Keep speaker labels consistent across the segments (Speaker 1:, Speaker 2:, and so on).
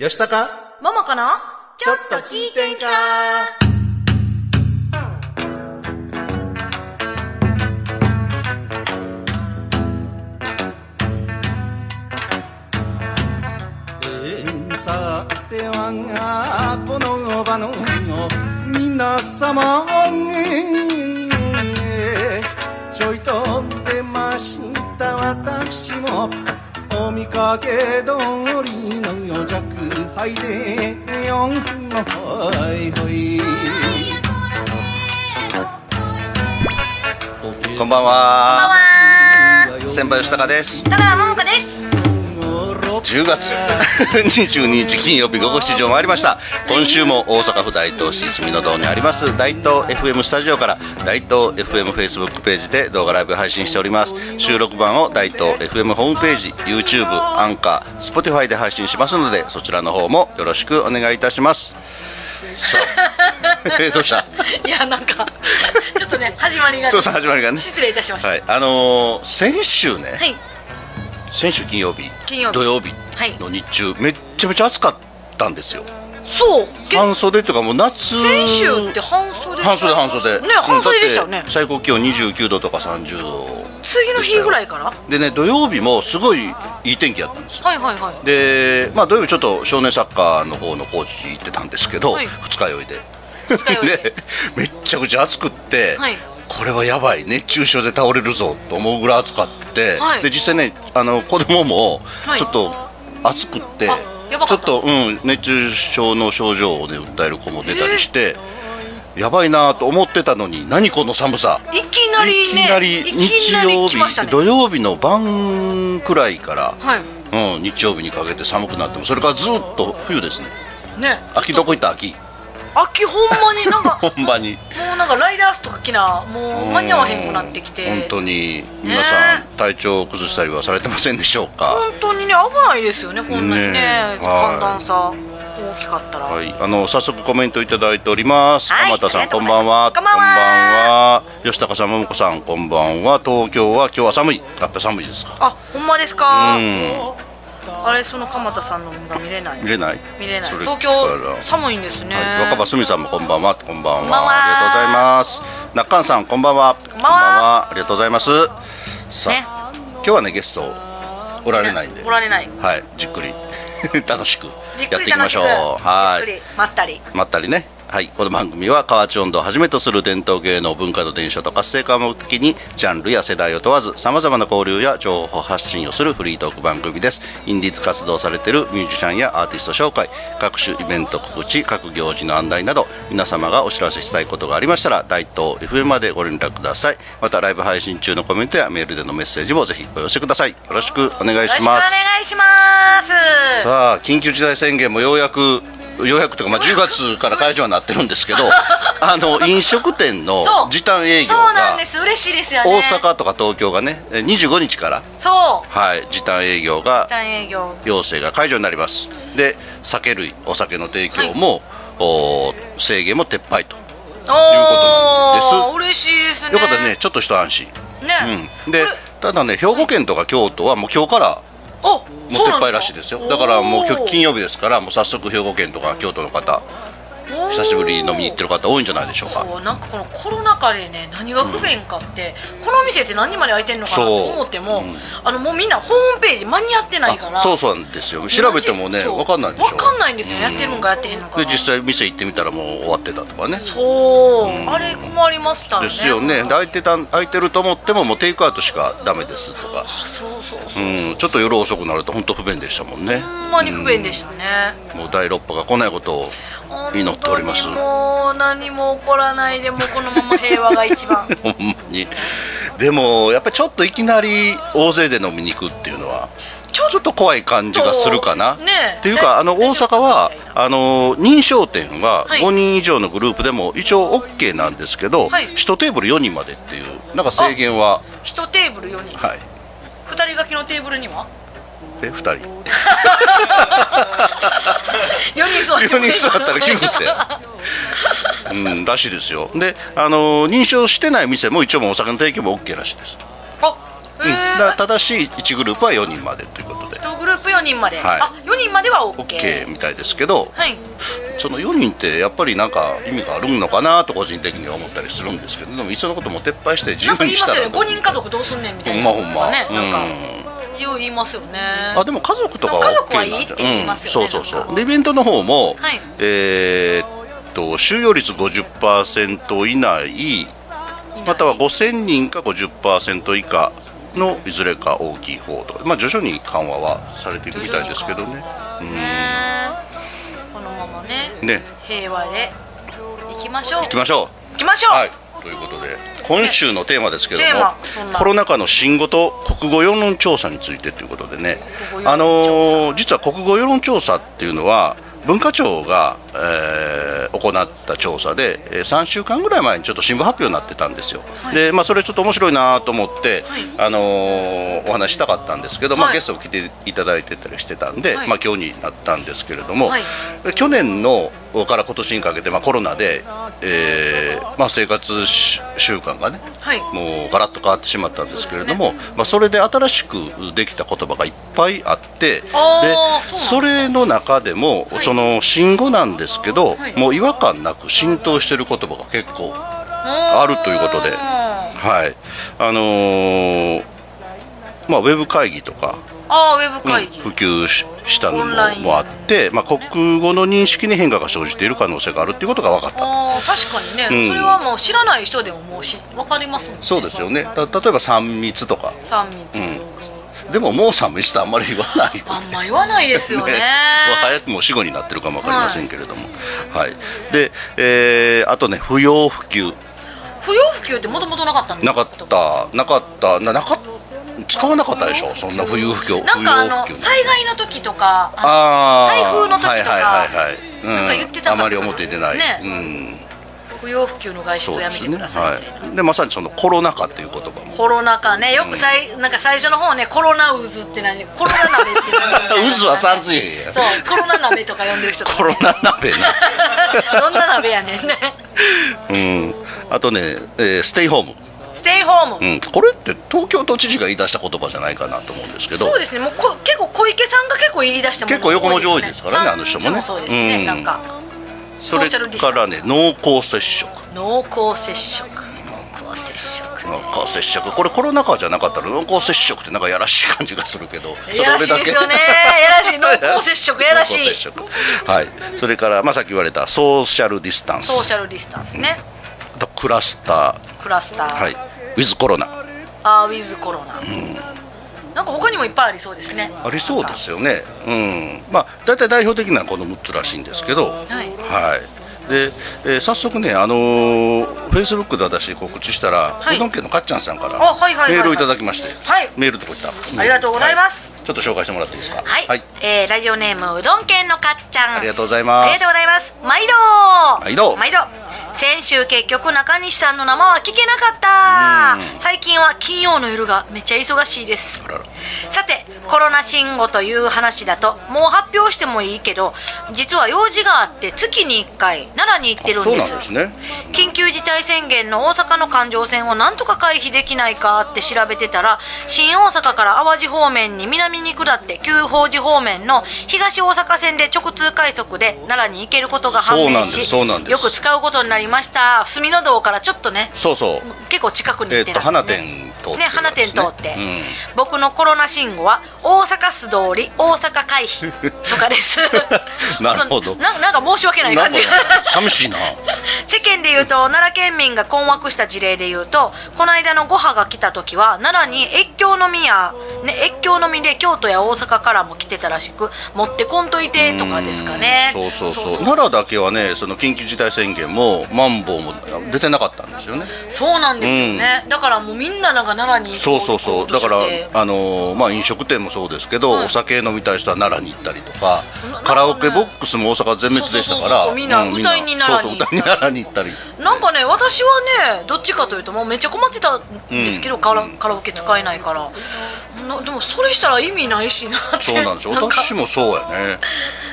Speaker 1: よしたか
Speaker 2: ももこのちょっと聞いてんか
Speaker 1: えー、さてはこの場の皆様えーちょいと出ました私もお見かけ通りの弱敗でよんほいほい
Speaker 3: こん
Speaker 2: こんば
Speaker 3: ばん
Speaker 2: ん
Speaker 3: は。
Speaker 2: は
Speaker 3: 先輩吉高です。
Speaker 2: 戸川ももこです
Speaker 3: 10月 22日金曜日午後7時を回りました。今週も大阪府大東市住の堂にあります大東 FM スタジオから大東 FM フェイスブックページで動画ライブ配信しております。収録版を大東 FM ホームページ、YouTube、アンカー、Spotify で配信しますので、そちらの方もよろしくお願いいたします。さあ、 えどうした？
Speaker 2: いやなんかちょっとね始まりが
Speaker 3: そうそう始まりがね。
Speaker 2: 失礼いたしました
Speaker 3: はい、あのー先週ね。
Speaker 2: はい
Speaker 3: 先週金曜日
Speaker 2: 金曜日
Speaker 3: 土曜日
Speaker 2: はい
Speaker 3: の日中、めっちゃめちゃ暑かったんですよ
Speaker 2: そうげ
Speaker 3: 半袖というかもう夏
Speaker 2: 先週って半袖
Speaker 3: 半袖半袖
Speaker 2: ね半袖でしたよ
Speaker 3: う
Speaker 2: ね
Speaker 3: んだって最高気温29度とか30度
Speaker 2: 次の日ぐらいからは
Speaker 3: でね土曜日もすごいいい天気だったんです
Speaker 2: い
Speaker 3: よ
Speaker 2: はいはい
Speaker 3: でまあ土曜日ちょっと少年サッカーの方のコーチ行ってたんですけど、
Speaker 2: はい
Speaker 3: 二日酔いで
Speaker 2: 日酔いで
Speaker 3: でめっちゃくちゃ暑くって、
Speaker 2: はい
Speaker 3: これはやばい熱中症で倒れるぞと思うぐらい暑かって、
Speaker 2: はい
Speaker 3: で実際ねあの子供も
Speaker 2: はい
Speaker 3: ちょっと暑くって、
Speaker 2: あやば
Speaker 3: ち
Speaker 2: か
Speaker 3: ょ
Speaker 2: っ
Speaker 3: ったと、うん、熱中症の症状を、ね、訴える子も出たりして、やばいなと思ってたのに何この寒さ
Speaker 2: いきなりね
Speaker 3: いきなり日曜
Speaker 2: 来
Speaker 3: 日、
Speaker 2: ましたね
Speaker 3: 土曜日の晩くらいから、
Speaker 2: はい
Speaker 3: うん、日曜日にかけて寒くなってもそれからずっと冬ですね
Speaker 2: ね
Speaker 3: 秋どこ行った秋
Speaker 2: 秋ほんまになん かも
Speaker 3: 本番に。
Speaker 2: うなんかライダースとか着なもう間に合わへんくなってきて
Speaker 3: 本当に皆さん、体調を崩したりはされてませんでしょうか、
Speaker 2: 本当にね危ないですよねこんなにね
Speaker 3: ねえ
Speaker 2: 寒暖差大きかったら、
Speaker 3: はい、あの早速コメントいただいております
Speaker 2: はい
Speaker 3: 鎌田さ
Speaker 2: あ
Speaker 3: ん
Speaker 2: りがとう
Speaker 3: こ
Speaker 2: ご
Speaker 3: ん
Speaker 2: ざい
Speaker 3: ばん
Speaker 2: ま
Speaker 3: は
Speaker 2: すこんばんは
Speaker 3: こんばんは吉高さん桃子さんこんばんは東京は今日は寒いやっぱ寒いですか
Speaker 2: あほんまですか、
Speaker 3: うん
Speaker 2: あれその鎌田さんのが見れない
Speaker 3: 見れない
Speaker 2: 見れない
Speaker 3: それ
Speaker 2: 東
Speaker 3: から
Speaker 2: 京寒いんですね、
Speaker 3: はい、若葉すみさんもこんばんはこんばんは
Speaker 2: んばんは
Speaker 3: ありがとうございますなっかんさんこんばんはこ
Speaker 2: んばんは
Speaker 3: ありがとうございますさあ、
Speaker 2: ね
Speaker 3: 今日はねゲストおられないんで
Speaker 2: おられない
Speaker 3: はいじっくり 楽しく
Speaker 2: じっ
Speaker 3: や
Speaker 2: く
Speaker 3: ってい
Speaker 2: り
Speaker 3: きま
Speaker 2: 楽
Speaker 3: し
Speaker 2: し
Speaker 3: ょ
Speaker 2: く
Speaker 3: うはい
Speaker 2: じっくり待ったり
Speaker 3: まったりね。はい、この番組は河内音頭をはじめとする伝統芸能文化の伝承と活性化を目的にジャンルや世代を問わずさまざまな交流や情報発信をするフリートーク番組ですインディーズ活動されているミュージシャンやアーティスト紹介各種イベント告知各行事の案内など皆様がお知らせしたいことがありましたら大東 FM までご連絡くださいまたライブ配信中のコメントやメールでのメッセージもぜひお寄せくださいよろしくお願い
Speaker 2: よろし
Speaker 3: し
Speaker 2: くお願
Speaker 3: ます
Speaker 2: いします
Speaker 3: さあ緊急事態宣言もようやくようやくというか、まあ、10月から解除になってるんですけ どあの飲食店の
Speaker 2: そう
Speaker 3: 時短営業
Speaker 2: そうなん
Speaker 3: が
Speaker 2: です嬉しいですよね
Speaker 3: 大阪とか東京がねえ25日から、
Speaker 2: そう
Speaker 3: はい、時短営業
Speaker 2: 時
Speaker 3: が
Speaker 2: 短営業
Speaker 3: 要請が解除になりますで酒類お酒の提供も、おー制限も撤廃と
Speaker 2: おお嬉しいですね
Speaker 3: よかったねちょっと一安心、
Speaker 2: ね、
Speaker 3: うん、で
Speaker 2: これ
Speaker 3: ただね兵庫県とか京都はもう今日から
Speaker 2: お
Speaker 3: もう撤廃らしいですよだからもう今日金曜日ですからもう早速兵庫県とか京都の方
Speaker 2: 日
Speaker 3: 久しぶりに飲みに行ってる方多いんじゃないでしょうか
Speaker 2: そうなんかこのコロナ禍でね何が不便かって、この店って何時まで開いてんのかなと思っても、
Speaker 3: そううん
Speaker 2: あのもうみんなホームページ間に合ってないから
Speaker 3: あそうそうなんですよ調べてもね
Speaker 2: そう
Speaker 3: 分かんないでしょ
Speaker 2: わかんないんですよ、やってるのかやってへんのか
Speaker 3: で実際店行ってみたらもう終わってたとかね
Speaker 2: そう、あれ困りましたね
Speaker 3: ですよねで空いてた空いてると思ってももうテイクアウトしかダメですとか
Speaker 2: あそうそうそうう、
Speaker 3: んちょっと夜遅くなると本当不便でしたもんね
Speaker 2: ほんまに不便でしたね、
Speaker 3: もう第6波が来ないことを祈っております
Speaker 2: 本当にもう何も起こらないでもうこのまま平和が一 番
Speaker 3: ほんまにでもやっぱりちょっといきなり大勢で飲みに行くっていうのはちょっと怖い感じがするかな、
Speaker 2: ねえ
Speaker 3: っていうかあの大阪はあの認証店は
Speaker 2: はい
Speaker 3: 5人以上のグループでも一応 OK なんですけど、
Speaker 2: はい
Speaker 3: 1テーブル4人までっていうなんか制限は、
Speaker 2: 一テーブル4人
Speaker 3: はい、
Speaker 2: 二人掛けのテーブルには
Speaker 3: え2人
Speaker 2: 4人座って
Speaker 3: 4人座ったら窮屈やうんらしいですよであの認証してない店も一応もうお酒の提供も OK らしいです、
Speaker 2: あ、え
Speaker 3: うん、
Speaker 2: ー
Speaker 3: だ正しい1グループは4人までということで
Speaker 2: 一グルーップ4人まで、
Speaker 3: はい
Speaker 2: あ4人までは OK,
Speaker 3: OK みたいですけど
Speaker 2: はい
Speaker 3: その4人ってやっぱりなんか意味があるのかなと個人的には思ったりするんですけどでもいっそのことも撤廃して
Speaker 2: な
Speaker 3: 10
Speaker 2: んか
Speaker 3: 人
Speaker 2: 言
Speaker 3: に
Speaker 2: い
Speaker 3: し
Speaker 2: ま
Speaker 3: た
Speaker 2: すよ
Speaker 3: ら
Speaker 2: ね5人家族どうすんねんみた
Speaker 3: ほ
Speaker 2: い
Speaker 3: ん
Speaker 2: な
Speaker 3: まほんま、
Speaker 2: ねなんか、
Speaker 3: うん
Speaker 2: よう言いますよね
Speaker 3: あでも家族とかは
Speaker 2: 家族
Speaker 3: OK な
Speaker 2: は
Speaker 3: ん
Speaker 2: いい
Speaker 3: だ
Speaker 2: って言いますよね
Speaker 3: うん、そうそう
Speaker 2: なん
Speaker 3: そ
Speaker 2: か
Speaker 3: うでイベントの方も、
Speaker 2: はい
Speaker 3: えーっと収容率50%以内または5000人か50%以下のいずれか大きい方とか、まあ、徐々に緩和はされていくみたいですけどね
Speaker 2: ねこのままね
Speaker 3: ね
Speaker 2: 平和で行きましょう
Speaker 3: 行きましょう
Speaker 2: 行きましょう、
Speaker 3: はい、ということで今週のテーマですけど
Speaker 2: テー
Speaker 3: も
Speaker 2: マそんな
Speaker 3: コロナ禍の新語と国語世論調査についてということでね
Speaker 2: 国語世論調査
Speaker 3: あのー実は国語世論調査っていうのは文化庁が、えー行った調査で、えー3週間ぐらい前にちょっと新聞発表になってたんですよ、
Speaker 2: はい
Speaker 3: で、まあ、それちょっと面白いなと思って、
Speaker 2: は
Speaker 3: あのーお話ししたかったんですけど、まあ、
Speaker 2: はい
Speaker 3: ゲストを来ていただいてたりしてたんで、
Speaker 2: はい
Speaker 3: まあ、今日になったんですけれども、
Speaker 2: はい
Speaker 3: 去年のから今年にかけて、まあ、コロナで、えーまあ、生活し習慣がね
Speaker 2: はい
Speaker 3: もうガラッと変わってしまったんですけれどもそ,、まあ、それで新しくできた言葉がいっぱいあってで
Speaker 2: あーそ
Speaker 3: それの中でも、
Speaker 2: はい
Speaker 3: その新語なんですけど、
Speaker 2: はい
Speaker 3: もう違和感なく浸透してる言葉が結構
Speaker 2: あ
Speaker 3: るということではいあのーまあ、ウェブ会議とか、
Speaker 2: あーウェブ
Speaker 3: うん
Speaker 2: 会議、
Speaker 3: 普及ししたの
Speaker 2: オンライン
Speaker 3: もあって、まあ、国語の認識に変化が生じている可能性があるっていうことが分かった
Speaker 2: あー確かにね、
Speaker 3: うん
Speaker 2: それはもう知らない人でももうし分かりますもんね
Speaker 3: そうですよねた例えば3密とか
Speaker 2: 3密、
Speaker 3: でももう3密ってあんまり言わないよ
Speaker 2: あんま言わないですよね
Speaker 3: ねまあ早くも死後になってるかも分かりませんけれども、はいで、えーあとね不要不急
Speaker 2: 不要不急ってもともとなかったんです
Speaker 3: なかったなかったななかっ使わなかったでしょそんな不要不急
Speaker 2: なんかあ
Speaker 3: 不要
Speaker 2: の
Speaker 3: 不急
Speaker 2: 災害の時とかあの
Speaker 3: あ
Speaker 2: 台
Speaker 3: ー
Speaker 2: 風の時とか
Speaker 3: はいはいはいはい、う
Speaker 2: なんか言ってなかった
Speaker 3: あまり表出ない、
Speaker 2: ね
Speaker 3: うん
Speaker 2: 不要不急の外出
Speaker 3: そう
Speaker 2: を
Speaker 3: で
Speaker 2: やめ
Speaker 3: す
Speaker 2: て
Speaker 3: ね
Speaker 2: くださいみたいな、
Speaker 3: はい、でまさにそのコロナ禍という言葉 も
Speaker 2: コロナ禍ねよくさい、なんか最初の方ねコロナ渦って何コロナ鍋って何
Speaker 3: 渦は三ついや
Speaker 2: そうコロナ鍋とか呼んでる人と
Speaker 3: コ
Speaker 2: か
Speaker 3: ロ
Speaker 2: ね、
Speaker 3: ナ鍋な
Speaker 2: どんな鍋やねんね
Speaker 3: うんあとね、えーステイホーム、
Speaker 2: ステイホーム、
Speaker 3: うん、これって東京都知事が言い出した言葉じゃないかなと思うんですけど
Speaker 2: そうですねもうこ結構小池さんが結構言い出したもの
Speaker 3: 結構横文字多いですからねあの人も
Speaker 2: 三
Speaker 3: ね
Speaker 2: 密そうですね、
Speaker 3: うん
Speaker 2: なんか
Speaker 3: そ
Speaker 2: ソー
Speaker 3: れ
Speaker 2: シャルディスタ
Speaker 3: か
Speaker 2: ンス
Speaker 3: らね濃厚接触
Speaker 2: 濃厚接触濃厚接触
Speaker 3: 濃厚接触これコロナ禍じゃなかったら濃厚接触ってなんかやらしい感じがするけど
Speaker 2: いやらしいですよねやらしい濃 厚接触やらし
Speaker 3: 濃厚接
Speaker 2: い
Speaker 3: 触はいそれから、まあ、さっき言われたソーシャルディスタンス
Speaker 2: ソーシャルディスタンスね、
Speaker 3: あとクラスタ
Speaker 2: クラスター、
Speaker 3: ー、はい、ウィズコロナ
Speaker 2: あーウィズコロナ、なんか他にもいっぱいありそうですね
Speaker 3: ありそうですよね、うんまあ、大体代表的なのはこの6つらしいんですけど、はいでえー早速ね、あのー、フェイスブックで私、告知したら、
Speaker 2: はいう
Speaker 3: どん家のかっちゃんさんから
Speaker 2: あはいはいはいはい
Speaker 3: メールをいただきまして、
Speaker 2: はい
Speaker 3: メールとこ行った
Speaker 2: ありがとうございます
Speaker 3: はちょっと紹介してもらっていいですか。
Speaker 2: はい、えーラジオネームうどん県のかっちゃん
Speaker 3: ありがとうございます
Speaker 2: ありがとうございます毎度
Speaker 3: 毎度
Speaker 2: 先週結局中西さんの生は聞けなかった最近は金曜の夜がめっちゃ忙しいです
Speaker 3: あらら
Speaker 2: さてコロナ信号という話だともう発表してもいいけど実は用事があって月に1回奈良に行ってるん
Speaker 3: そう
Speaker 2: で
Speaker 3: なん
Speaker 2: す
Speaker 3: ですね。
Speaker 2: 緊急事態宣言の大阪の環状線をなんとか回避できないかって調べてたら新大阪から淡路方面に南に下って旧宝寺方面の東大阪線で直通快速で奈良に行けることが判
Speaker 3: そう
Speaker 2: 明
Speaker 3: なんです
Speaker 2: し
Speaker 3: そうなんです
Speaker 2: よく使うことになりました隅の道からちょっとね
Speaker 3: そうそう。
Speaker 2: 結構近くに行
Speaker 3: え
Speaker 2: っ
Speaker 3: ー
Speaker 2: て
Speaker 3: っと
Speaker 2: たん
Speaker 3: 花
Speaker 2: です
Speaker 3: 店通ってるやつ
Speaker 2: ね、花店通って、
Speaker 3: うん
Speaker 2: 僕のコロナ信号は大阪素通り大阪回避とかです
Speaker 3: な るほど
Speaker 2: ななんか申し訳ない
Speaker 3: なん
Speaker 2: 感
Speaker 3: か
Speaker 2: じ
Speaker 3: ね
Speaker 2: が
Speaker 3: 寂しいな。
Speaker 2: 世間で言うと奈良県民が困惑した事例で言うとこの間の5波が来た時は奈良に越境のみや、ね、越境のみで京都や大阪からも来てたらしく持ってこんといてとかですか ね
Speaker 3: そうそうそう奈良だけはね、その緊急事態宣言もマンボウも出てなかったんですよね。
Speaker 2: そうなんですよね、だからもうみんななんか奈良に
Speaker 3: そ
Speaker 2: 行
Speaker 3: う
Speaker 2: こ
Speaker 3: そうそうだから
Speaker 2: 行こうとして
Speaker 3: あのーまあ飲食店もそうですけど、
Speaker 2: はい
Speaker 3: お酒飲みたい人は奈良に行ったりとか
Speaker 2: ななんかね
Speaker 3: カラオケボックスも大阪全滅でしたか
Speaker 2: そうそうそうそ
Speaker 3: ら
Speaker 2: うみんな
Speaker 3: う
Speaker 2: 歌いに奈良に
Speaker 3: そうそう歌いに奈良に行ったり
Speaker 2: なんかね私はねどっちかというともうめっちゃ困ってたんですけど、カラカラオケ使えないからなでもそれしたら意味ないしなって
Speaker 3: そうなんですよ
Speaker 2: か
Speaker 3: 私もそうやね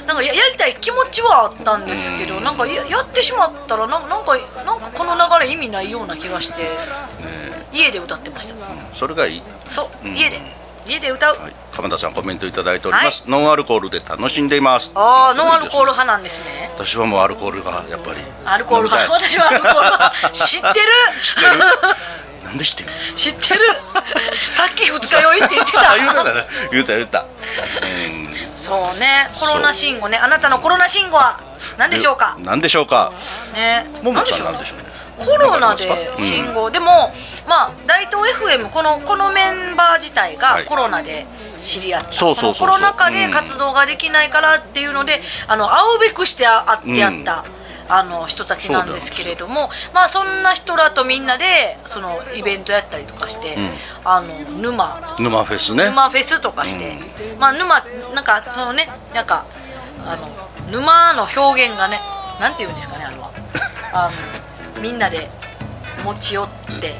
Speaker 2: なんかややりたい気持ちはあったんですけど、なんかややってしまったらななんかなんかこの流れ意味ないような気がして、家で歌ってました
Speaker 3: それがいい
Speaker 2: そう、家で家で歌う、
Speaker 3: はい、鎌田さんコメントいただいております、ノンアルコールで楽しんでいます
Speaker 2: ああノンアルコール
Speaker 3: ル
Speaker 2: 派なんですね
Speaker 3: 私はもうアルコールがやっぱり
Speaker 2: アルコール派
Speaker 3: 飲みたい
Speaker 2: 私はアルコール派知ってる
Speaker 3: なんで知って る
Speaker 2: 知ってるさっき二日酔いって言ってた
Speaker 3: あ言うただね言うた言うたうん
Speaker 2: そうねコロナ信号ねあなたのコロナ信号は何でしょうか
Speaker 3: なんでしょうか
Speaker 2: ね
Speaker 3: ももさん
Speaker 2: な
Speaker 3: なんん
Speaker 2: で
Speaker 3: で
Speaker 2: し
Speaker 3: し
Speaker 2: ょ
Speaker 3: ょ
Speaker 2: う
Speaker 3: うね
Speaker 2: コロナで
Speaker 3: なんかありますかうん
Speaker 2: 信号、でもまあ大東 FM このこのメンバー自体が
Speaker 3: はい
Speaker 2: コロナで知り合った、
Speaker 3: そうそうそうそ
Speaker 2: こ
Speaker 3: う
Speaker 2: のコロナ禍で活動ができないからっていうので、あの会うべくしてあ会ってやった、あの人たちなんですけれどもまあそんな人らとみんなでそのイベントやったりとかして、あの沼
Speaker 3: 沼フェスね
Speaker 2: 沼フェスとかして、まあ沼なんかそのねなんかあの沼の表現がねなんて言うんですかねあ れはあのみんなで持ち寄って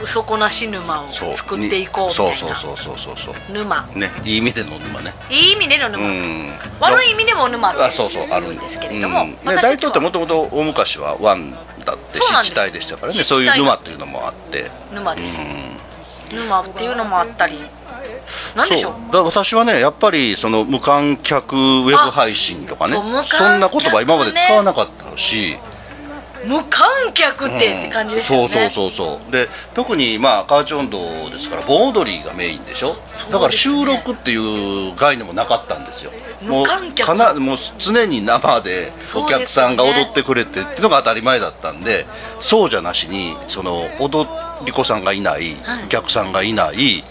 Speaker 2: 嘘こなし沼を
Speaker 3: そう
Speaker 2: 作っていこうみたい
Speaker 3: そ
Speaker 2: な
Speaker 3: うそうそうそうそうそう
Speaker 2: 沼
Speaker 3: ねいい意味での沼ね
Speaker 2: いい意味での沼、
Speaker 3: うん
Speaker 2: 悪い意味でも沼って
Speaker 3: あそうそう
Speaker 2: 言
Speaker 3: あ
Speaker 2: う
Speaker 3: る
Speaker 2: んですけれども、
Speaker 3: うんね、
Speaker 2: 私たちは
Speaker 3: 大東ってもともと大昔は湾だって
Speaker 2: そうなんです
Speaker 3: 湿地帯でしたからね
Speaker 2: 湿地
Speaker 3: そう
Speaker 2: 帯
Speaker 3: いう沼っていうのもあって
Speaker 2: 沼です、沼っていうのもあったりなんでしょう
Speaker 3: そうだから私はねやっぱりその無観客ウェブ配信とかね
Speaker 2: あそう無観客ね
Speaker 3: そんな言葉今まで使わなかったし、
Speaker 2: 無観客ってって感じですよね、
Speaker 3: そうそうそうそうで特にまあ河内音頭ですから盆踊りがメインでしょ
Speaker 2: そうですね
Speaker 3: だから収録っていう概念もなかったんですよもう
Speaker 2: 無観客
Speaker 3: かなもう常に生でお客さんが
Speaker 2: そうですよね
Speaker 3: 踊ってくれてっていうのが当たり前だったんでそうじゃなしにその踊り子さんがいない、
Speaker 2: はい
Speaker 3: お客さんがいない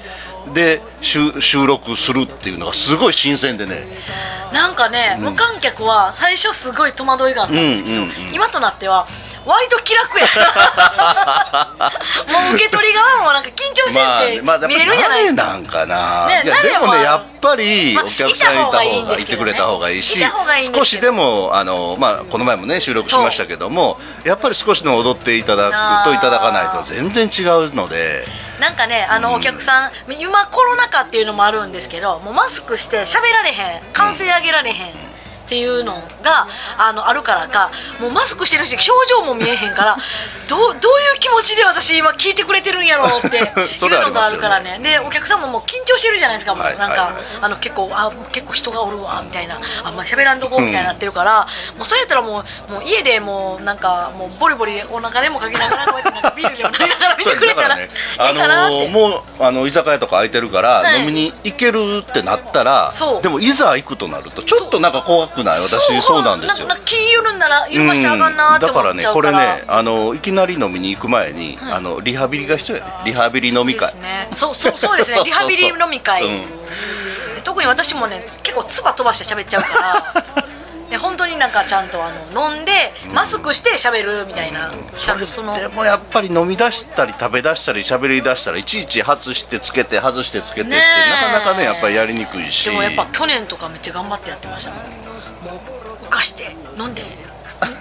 Speaker 3: で収収録するっていうのがすごい新鮮でね
Speaker 2: なんかね、無観客は最初すごい戸惑いがあったんですけど、
Speaker 3: うんうんうん
Speaker 2: 今となっては割と気楽やも う受け取り側もなんか緊張
Speaker 3: まあ
Speaker 2: せん
Speaker 3: ね
Speaker 2: っ
Speaker 3: まあ、
Speaker 2: て
Speaker 3: やっ
Speaker 2: 見れるじゃ
Speaker 3: ぱ
Speaker 2: ないで
Speaker 3: 誰
Speaker 2: すか、
Speaker 3: なんかな、
Speaker 2: ね
Speaker 3: いや
Speaker 2: 誰
Speaker 3: で
Speaker 2: は
Speaker 3: もねやっぱり
Speaker 2: まあ
Speaker 3: お客さんいた方が
Speaker 2: いた方がいいんです
Speaker 3: い
Speaker 2: け
Speaker 3: て
Speaker 2: ど
Speaker 3: く
Speaker 2: ね
Speaker 3: れた方がいいし
Speaker 2: いた方がいいんですけど
Speaker 3: 少しでもあの、まあ、この前もね収録しましたけどもやっぱり少しでも踊っていただくといただかないと全然違うので
Speaker 2: なんかねあのお客さん、今コロナ禍っていうのもあるんですけどもうマスクして喋られへん歓声上げられへん、っていうのがあのあるからかもうマスクしてるし表情も見えへんから どうどういう気持ちで私今聞いてくれてるんやろうってい
Speaker 3: それ
Speaker 2: う
Speaker 3: はあ
Speaker 2: の
Speaker 3: りま
Speaker 2: があ
Speaker 3: すよ
Speaker 2: る
Speaker 3: ね
Speaker 2: からねでお客さんももう緊張してるじゃないですかもう
Speaker 3: はい
Speaker 2: なん
Speaker 3: はい
Speaker 2: か
Speaker 3: はい
Speaker 2: あの結構あ結構人がおるわみたいなあんまり喋らんとこみたいになってるから、もうそれやったらもうもう家でもうなんかもうボリボリお腹でもかけながらこうやってなんかビールでも飲みながら見てくれたら
Speaker 3: そうや
Speaker 2: いい
Speaker 3: ね
Speaker 2: か
Speaker 3: だか
Speaker 2: なっ
Speaker 3: らね、あのー
Speaker 2: て。
Speaker 3: もうあの居酒屋とか空いてるから、
Speaker 2: はい
Speaker 3: 飲みに行けるってなったら
Speaker 2: そう
Speaker 3: でもいざ行くとなるとちょっとなんか怖くない私そうなんですよ
Speaker 2: か気緩んだら緩ましてあかんなって
Speaker 3: う
Speaker 2: 思
Speaker 3: んだから
Speaker 2: っ
Speaker 3: ね
Speaker 2: ちゃう
Speaker 3: こ
Speaker 2: か
Speaker 3: れ
Speaker 2: ら。
Speaker 3: ねあのいきなり飲みに行く前に、あのリハビリが必要やねリハビリ飲み会。
Speaker 2: ですね。そうそうそうですね
Speaker 3: そうそ
Speaker 2: リ
Speaker 3: うそう
Speaker 2: ハビリ飲み会。
Speaker 3: うん
Speaker 2: 特に私もね結構つば飛ばして喋っちゃうから。で本当になんかちゃんとあの飲んでマスクして喋るみたいな。ちゃんとその。
Speaker 3: でもやっぱり飲み出したり食べ出したり喋り出したらいちいち外してつけて外してつけてって、
Speaker 2: ねえ
Speaker 3: なかなかねやっぱりやりにくいし
Speaker 2: でもやっぱ去年とかめっちゃ頑張ってやってましたもん。もう浮かして飲んで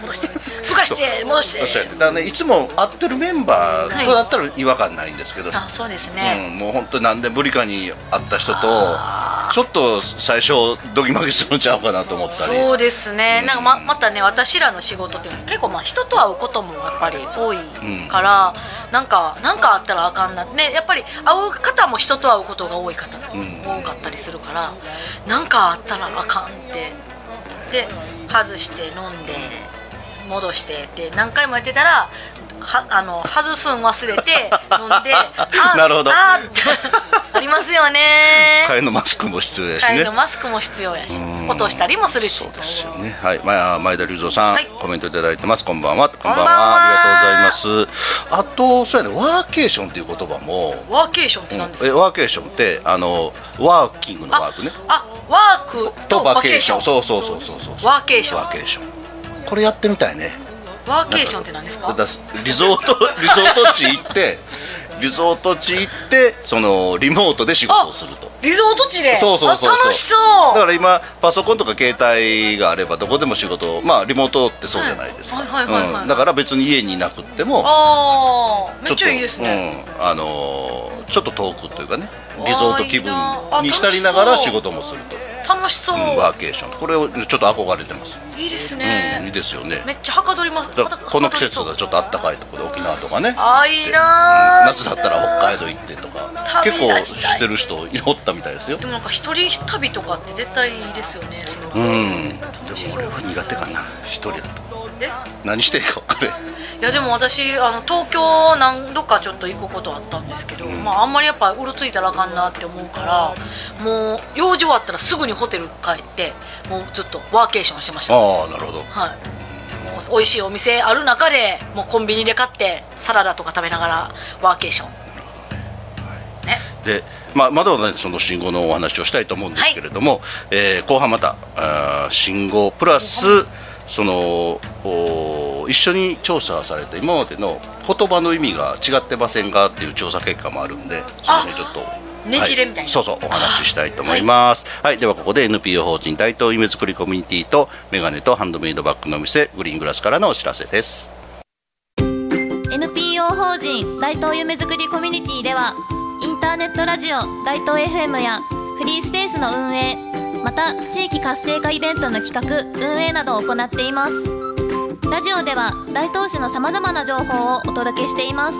Speaker 2: 戻して浮かして戻し
Speaker 3: そう
Speaker 2: て
Speaker 3: や。ねだからねいつも会ってるメンバーとだったら違和感ないんですけど、
Speaker 2: あそうですね。
Speaker 3: うん、もう本当に何年ぶりかに会った人とちょっと最初ドギマギするんちゃうかなと思ったり
Speaker 2: そうですね、なんかままたね私らの仕事っていうのは結構まあ人と会うこともやっぱり多いから、なんかなんかあったらあかんなねやっぱり会う方も人と会うことが多い方、多かったりするからなんかあったらあかんってで外して飲んで戻してで何回もやってたらはあの外すん忘れて飲 んであ
Speaker 3: なるほど
Speaker 2: あってありますよね
Speaker 3: 替えのマスクも必要やし
Speaker 2: 替え
Speaker 3: ね
Speaker 2: のマスクも必要やし落としたりもするし
Speaker 3: そうですよね。はい、まあ前田隆三さん、
Speaker 2: はい
Speaker 3: コメントいただいてます。こんばんは。こんば
Speaker 2: こんば
Speaker 3: んは。
Speaker 2: んは
Speaker 3: ありがとうございます。あとそうやね、ワーケーションっていう言葉も、
Speaker 2: ワーケーションって何です
Speaker 3: え
Speaker 2: か、
Speaker 3: ワーケーションってあのワーキングのワークね。
Speaker 2: ああワークと
Speaker 3: と
Speaker 2: バ
Speaker 3: バ
Speaker 2: ケ
Speaker 3: ケ
Speaker 2: ー
Speaker 3: ー
Speaker 2: シ
Speaker 3: シ
Speaker 2: ョ
Speaker 3: ョ
Speaker 2: ン
Speaker 3: ン。そうそうそうそうそう。
Speaker 2: ワーケーション
Speaker 3: ワーケーション。これやってみたいね。
Speaker 2: ワーケーションって何ですか
Speaker 3: だリゾート リゾート地行ってリゾート地行ってそのリモートで仕事をすると。
Speaker 2: リゾート地で
Speaker 3: そうそうそうそう
Speaker 2: あ楽しそう
Speaker 3: だから今パソコンとか携帯があればどこでも仕事をまあリモートってそうじゃないですか、
Speaker 2: はいはいはいはいはい
Speaker 3: うんだから別に家にいなくっても
Speaker 2: あーめ
Speaker 3: ちょ
Speaker 2: っ
Speaker 3: っ
Speaker 2: ち
Speaker 3: と
Speaker 2: ゃいいですね、
Speaker 3: うんあのーちょっと遠くというかね
Speaker 2: わー
Speaker 3: リゾート気
Speaker 2: いいなあ
Speaker 3: 分に浸りながら仕事もすると
Speaker 2: 楽しそう、
Speaker 3: うんバーケーションこれをちょっと憧れてます、
Speaker 2: いいです
Speaker 3: うんいい
Speaker 2: ね、
Speaker 3: ですよね
Speaker 2: めっちゃはかどります
Speaker 3: だからこの季節
Speaker 2: は
Speaker 3: だちょっとあったかいところで沖縄とかね
Speaker 2: あーいいなー
Speaker 3: 夏だったら北海道行ってとか
Speaker 2: 旅
Speaker 3: 結
Speaker 2: 立ちたい
Speaker 3: 構してる人おったみたいですよ
Speaker 2: でもなんか一人旅とかって絶対いいですよねその
Speaker 3: うんでも俺は苦手かな一人だと
Speaker 2: え
Speaker 3: 何していいか分かれん
Speaker 2: いやでも私あの東京何度かちょっと行くことあったんですけど、まああんまりやっぱうろついたらあかんなって思うからもう用事終わったらすぐにホテル帰ってもうずっとワーケーションしてましたはい
Speaker 3: ああなるほど
Speaker 2: もう美味しいお店ある中でもうコンビニで買ってサラダとか食べながらワーケーションね
Speaker 3: で、まあ、まだまだ、ね、その信号のお話をしたいと思うんですけれども、えー後半またあー信号プラスそのお一緒に調査されて今までの言葉の意味が違ってませんかっていう調査結果もあるんでそれにちょっと。
Speaker 2: ねじれみたいな
Speaker 3: はそうそうお話ししたいと思いますはい、ではここで NPO 法人大東夢作りコミュニティとメガネとハンドメイドバッグのお店グリーングラスからのお知らせです
Speaker 4: NPO 法人大東夢づくりコミュニティではインターネットラジオ大東 FM やフリースペースの運営また地域活性化イベントの企画運営などを行っていますラジオでは大東市のさまざまな情報をお届けしています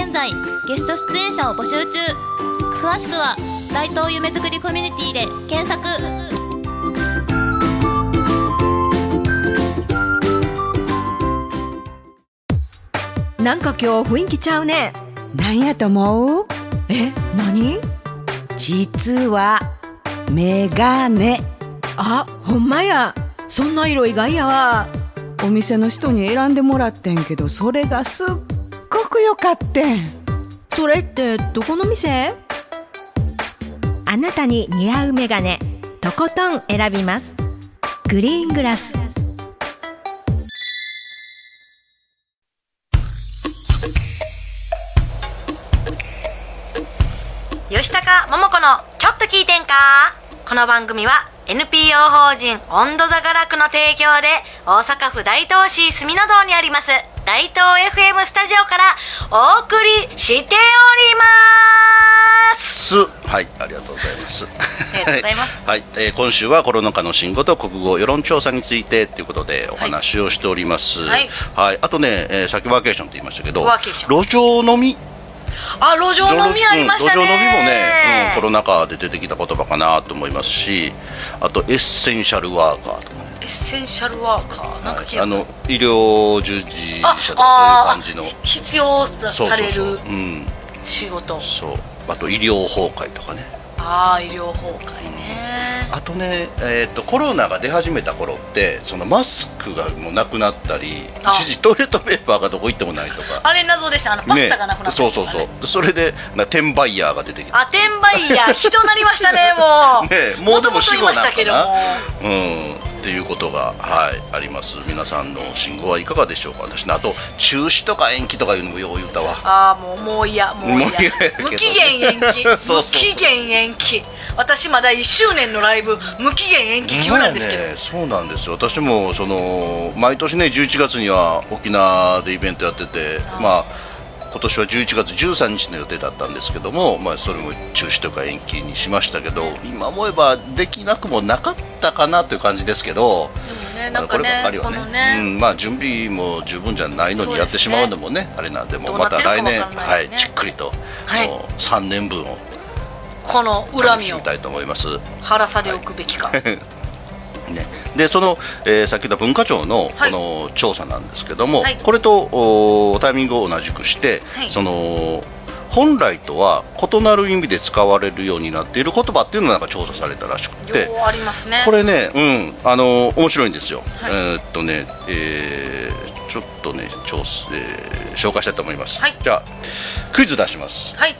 Speaker 4: 現在ゲスト出演者を募集中詳しくは大東夢づくりコミュニティで検索
Speaker 5: なんか今日雰囲気ちゃうねなんやと思うえ何実はメガネあほんまやそんな色意外やわ
Speaker 6: お店の人に選んでもらってんけどそれがすっごく良かってん
Speaker 5: それってどこの店
Speaker 7: あなたに似合うメガネとことん選びますグリーングラス
Speaker 2: 吉高桃子のちょっと聞いてんかこの番組は NPO 法人温度座楽の提供で大阪府大東市住の堂にあります大東 FM スタジオからお送りしております
Speaker 3: はい、ありがとうございます。
Speaker 2: ありがとうございます。
Speaker 3: はい、えー今週はコロナ禍の新語と国語世論調査についてということでお話をしております。
Speaker 2: はい
Speaker 3: はいあとね、えー、さっきワーケーションって言いましたけど、
Speaker 2: ワーケーショ
Speaker 3: 路上飲み、
Speaker 2: あ路上飲みありましたね、
Speaker 3: 路上飲みもね、うん、コロナ禍で出てきた言葉かなと思いますし、あとエッセンシャルワーカーとかね、
Speaker 2: エッセンシャルワーカーなんか聞いた
Speaker 3: あの医療従事者とかそういう感じの、
Speaker 2: あー必要と
Speaker 3: そ
Speaker 2: さ
Speaker 3: うそう
Speaker 2: れ
Speaker 3: そう、う
Speaker 2: る
Speaker 3: ん、
Speaker 2: 仕事
Speaker 3: そう、あと医療崩壊とかね。
Speaker 2: ああ医療崩壊ね
Speaker 3: あとね、えー、とコロナが出始めた頃ってそのマスクがもうなくなったり
Speaker 2: あ
Speaker 3: 一時トイレットペーパーがどこ行ってもないとか
Speaker 2: あれ謎でしたあのパスタがなくなったりとか
Speaker 3: ね、そ
Speaker 2: ね
Speaker 3: うそうそうでそれでな転売ヤーが出てきた
Speaker 2: アテンバイヤー人なりましたねもう
Speaker 3: ねもうでも死
Speaker 2: と
Speaker 3: 後
Speaker 2: いま
Speaker 3: な
Speaker 2: し
Speaker 3: の
Speaker 2: た
Speaker 3: か
Speaker 2: けど
Speaker 3: な
Speaker 2: も
Speaker 3: うんっていうことが、はい、あります皆さんの信号はいかがでしょうか私ねあと中止とか延期とかいうのもよう言ったわ
Speaker 2: ああもうもういやもうい
Speaker 3: もう
Speaker 2: や
Speaker 3: いややけど
Speaker 2: 無期限延期
Speaker 3: そうそうそう
Speaker 2: 無期限延期私まだ1周年のライブ無期限延期中なんですけど、
Speaker 3: ねそうなんですよ私もその毎年ね11月には沖縄でイベントやっててまあ今年は11月13日の予定だったんですけども、まあ、それも中止とか延期にしましたけど今思えばできなくもなかったかなという感じですけど、
Speaker 2: でもね
Speaker 3: ま
Speaker 2: な
Speaker 3: あ
Speaker 2: ん
Speaker 3: こ
Speaker 2: か
Speaker 3: ればっ
Speaker 2: ね
Speaker 3: かり
Speaker 2: こ
Speaker 3: はね
Speaker 2: のね、
Speaker 3: うんまあ、準備も十分じゃないの
Speaker 2: そうですね
Speaker 3: にやってしまうのもねあれなんでも
Speaker 2: ど
Speaker 3: う
Speaker 2: うな
Speaker 3: ま
Speaker 2: って
Speaker 3: た
Speaker 2: るか
Speaker 3: 来年、
Speaker 2: わからな
Speaker 3: はい
Speaker 2: ね
Speaker 3: い、じっくりと、
Speaker 2: はい
Speaker 3: もう3年分を
Speaker 2: この恨
Speaker 3: 楽
Speaker 2: み
Speaker 3: し
Speaker 2: を
Speaker 3: みたいと思います。
Speaker 2: 腹さでおくべきか、
Speaker 3: ね、でその、えー先ほど文化庁のこ
Speaker 2: はい
Speaker 3: の調査なんですけども、
Speaker 2: はい
Speaker 3: これとおタイミングを同じくして、
Speaker 2: はい
Speaker 3: その本来とは異なる意味で使われるようになっている言葉っていうのがなんか調査されたらしくて
Speaker 2: よ。うありますね
Speaker 3: これね、うん、あの面白いんですよ。
Speaker 2: はい
Speaker 3: えーっとね、えーちょっとね、調査、えー紹介したいと思います。
Speaker 2: はい
Speaker 3: じゃあ、クイズ出します。
Speaker 2: はい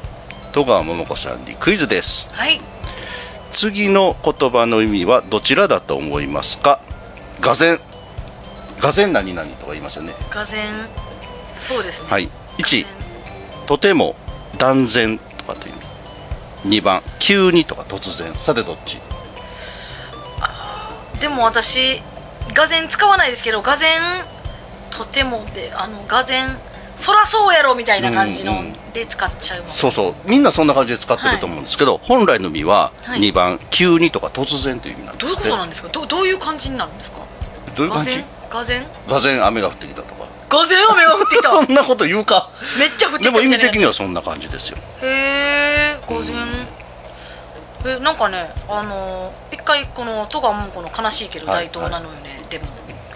Speaker 3: 戸川桃子さんにクイズです。
Speaker 2: はい
Speaker 3: 次の言葉の意味はどちらだと思いますかがぜがぜ何々とか言いますよね
Speaker 2: がぜそうですね、
Speaker 3: はい1
Speaker 2: がぜ
Speaker 3: とても断然とかという意味2番急にとか突然さてどっち
Speaker 2: んでも私がぜ使わないですけどがぜとてもであのがぜそらそうやろみたいな感じの
Speaker 3: うんうん
Speaker 2: で使っちゃうもん、
Speaker 3: そうそうみんなそんな感じで使ってると思うんですけど、本来の実は
Speaker 2: はい
Speaker 3: 2番、急にとか突然という意味なん
Speaker 2: ど
Speaker 3: で
Speaker 2: ういうこ
Speaker 3: すって
Speaker 2: となんですかどどういう感じになるんですか
Speaker 3: どういう
Speaker 2: が
Speaker 3: 感
Speaker 2: ぜ
Speaker 3: じ
Speaker 2: んがぜん
Speaker 3: がぜん雨が降ってきたとか
Speaker 2: がぜん雨が降ってき た
Speaker 3: そんなこと言うか
Speaker 2: めっちゃ降ってき
Speaker 3: で
Speaker 2: た
Speaker 3: も意味的
Speaker 2: に
Speaker 3: にはそんな感じですよ
Speaker 2: へえがぜんえなんかねあのー一回この戸川桃子の「悲しいけど
Speaker 3: は
Speaker 2: 大
Speaker 3: い
Speaker 2: 東なのよね」でも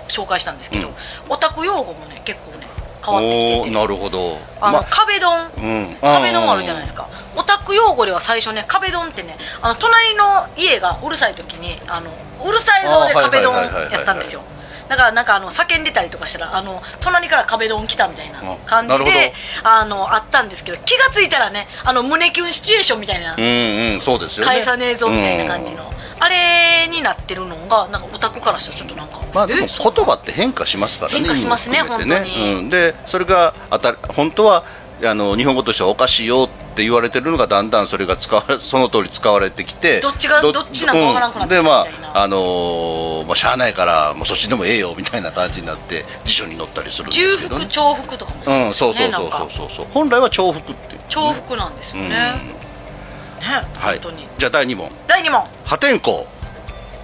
Speaker 2: 紹介したんですけど、
Speaker 3: うん
Speaker 2: オタク用語もね結構ね変わってきて
Speaker 3: おお
Speaker 2: て
Speaker 3: ーなるほど
Speaker 2: あの、
Speaker 3: ま
Speaker 2: 壁ドン
Speaker 3: うん
Speaker 2: 壁ドンあるじゃないですすかオタク用語では最初ね壁ドンってねあの隣の家がうるさい時にあのうるさいぞで
Speaker 3: あーはい
Speaker 2: 壁ドン
Speaker 3: はいはいはいはい
Speaker 2: やったんですよだからなんかあの叫んでたりとかしたらあの隣から壁ドン来たみたいな感
Speaker 3: あな
Speaker 2: じ
Speaker 3: るほど
Speaker 2: であのあったんですけど気がついたらねあの胸キュンシチュエーションみたいな
Speaker 3: うんうんそうですよね
Speaker 2: 返さねえぞみたいな感じのあれになってるのがなんかオタクからしたらちょっとなんか
Speaker 3: まあ、でも
Speaker 2: えそう
Speaker 3: 言葉って変化しますからね
Speaker 2: 変化しますね
Speaker 3: 今含めて
Speaker 2: 本当に
Speaker 3: うん、でそれが当たり本当はあの日本語としてはおかしいよって言われてるのがだんだんそれが使われその通り使われてきて
Speaker 2: どっちがどっちなんかわからんくなってきた
Speaker 3: う
Speaker 2: み
Speaker 3: でま
Speaker 2: たいな
Speaker 3: ああのーまあ、しゃあないからもうそっちでもええよみたいな感じになって辞書に載ったりするんで
Speaker 2: 重
Speaker 3: すけど、
Speaker 2: 複
Speaker 3: ね、
Speaker 2: 重複とかも
Speaker 3: うんそうそう
Speaker 2: な
Speaker 3: そ
Speaker 2: ん
Speaker 3: う
Speaker 2: か
Speaker 3: そうそうそう本来は重複っていう、
Speaker 2: 重複なんですよね、ね
Speaker 3: は
Speaker 2: 本
Speaker 3: い
Speaker 2: 当に、
Speaker 3: じゃあ第2問
Speaker 2: 第2問
Speaker 3: 破天荒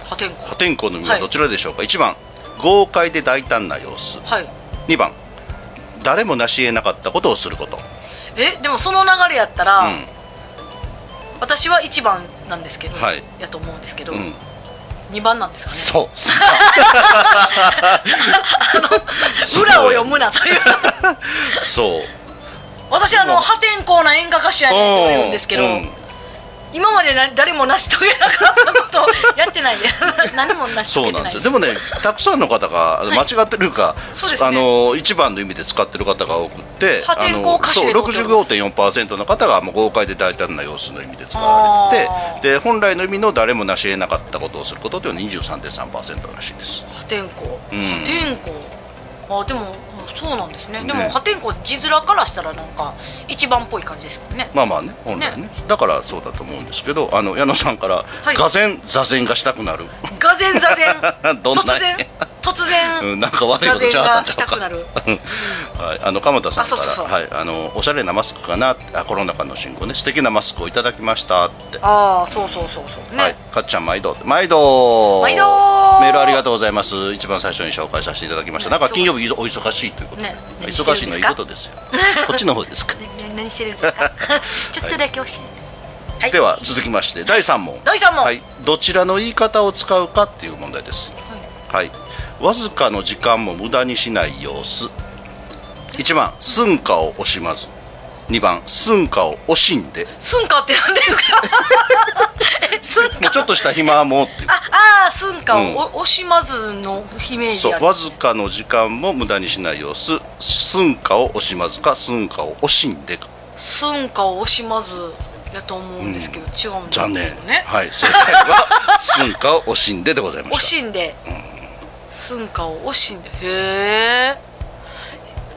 Speaker 2: 破天荒
Speaker 3: 破天荒の意味はどちらでしょうか、一1番豪快で大胆な様子
Speaker 2: はい
Speaker 3: 2番誰も成し得なかったことをすること
Speaker 2: えでもその流れやったら、
Speaker 3: うん
Speaker 2: 私は1番なんですけど、
Speaker 3: はい
Speaker 2: やと思うんですけど、
Speaker 3: うん
Speaker 2: 2番なんですかね
Speaker 3: そうそう
Speaker 2: 裏を読むなと いう
Speaker 3: そう
Speaker 2: 私あの破天荒な演歌歌手やねんって言うんですけど、
Speaker 3: うん
Speaker 2: 今までな誰も成し遂げなかったことを やってない 何も成し
Speaker 3: そ
Speaker 2: 遂
Speaker 3: う
Speaker 2: げて
Speaker 3: なん
Speaker 2: な
Speaker 3: で
Speaker 2: い
Speaker 3: すよでもねたくさんの方が間違ってるか、
Speaker 2: そうですね
Speaker 3: あの一番の意味で使ってる方が多くって
Speaker 2: 破天荒歌手で
Speaker 3: あの
Speaker 2: 取って
Speaker 3: そう65.4%の方がもう豪快で大胆な様子の意味で使わ
Speaker 2: あ
Speaker 3: れ
Speaker 2: ー
Speaker 3: ててで本来の意味の誰も成し得なかったことをすることというのは23.3%らしいです
Speaker 2: 破天荒、
Speaker 3: ん
Speaker 2: 破天荒あでもそうなんですねでも
Speaker 3: ね
Speaker 2: 破天荒字面からしたらなんか一番っぽい感じですもんね
Speaker 3: まあまあね本来ねだからそうだと思うんですけどあの矢野さんから
Speaker 2: はい
Speaker 3: がぜん座禅がしたくなる」
Speaker 2: がぜん座禅
Speaker 3: どんな
Speaker 2: 突然突然、
Speaker 3: うんなんか悪いことちゃうたんちゃうか。
Speaker 2: 座禅が
Speaker 3: はい、あの鎌田さんか
Speaker 2: あそうそうそう
Speaker 3: ら、はい、あのおしゃれなマスクかな、あコロナ禍の信号ね、素敵なマスクをいただきましたって。
Speaker 2: ああそうそうそうそうね、
Speaker 3: はい、かっちゃん毎度毎度
Speaker 2: 毎度
Speaker 3: メールありがとうございます一番最初に紹介させていただきました、
Speaker 2: ね
Speaker 3: なんか金曜日お忙しいということで、
Speaker 2: ね何してるんですか
Speaker 3: 忙しいのはいいことですよこっちの 方ですか、
Speaker 2: ね何してるんですかちょっとだけ教えて、はい
Speaker 3: では続きまして第三問
Speaker 2: 第三問
Speaker 3: はい、どちらの言い方を使うかっていう問題ですはい、わずかの時間も無駄にしない様子1番寸歌を惜しまず2番寸歌を惜しんで
Speaker 2: スンカってなんです かえスンカ
Speaker 3: もうちょっとした暇もっていう
Speaker 2: ああースンカをお惜しまずのイメージ
Speaker 3: そ
Speaker 2: あ
Speaker 3: う
Speaker 2: る
Speaker 3: わずかの時間も無駄にしない様子寸歌を惜しまずか寸歌を惜しんでか
Speaker 2: スンカを惜しまずやと思うんですけど、違うんですよ
Speaker 3: 残念、
Speaker 2: ね
Speaker 3: はい正解は 寸歌を惜しんででございま
Speaker 2: 惜
Speaker 3: し
Speaker 2: しんで、スンカを惜しんでへえ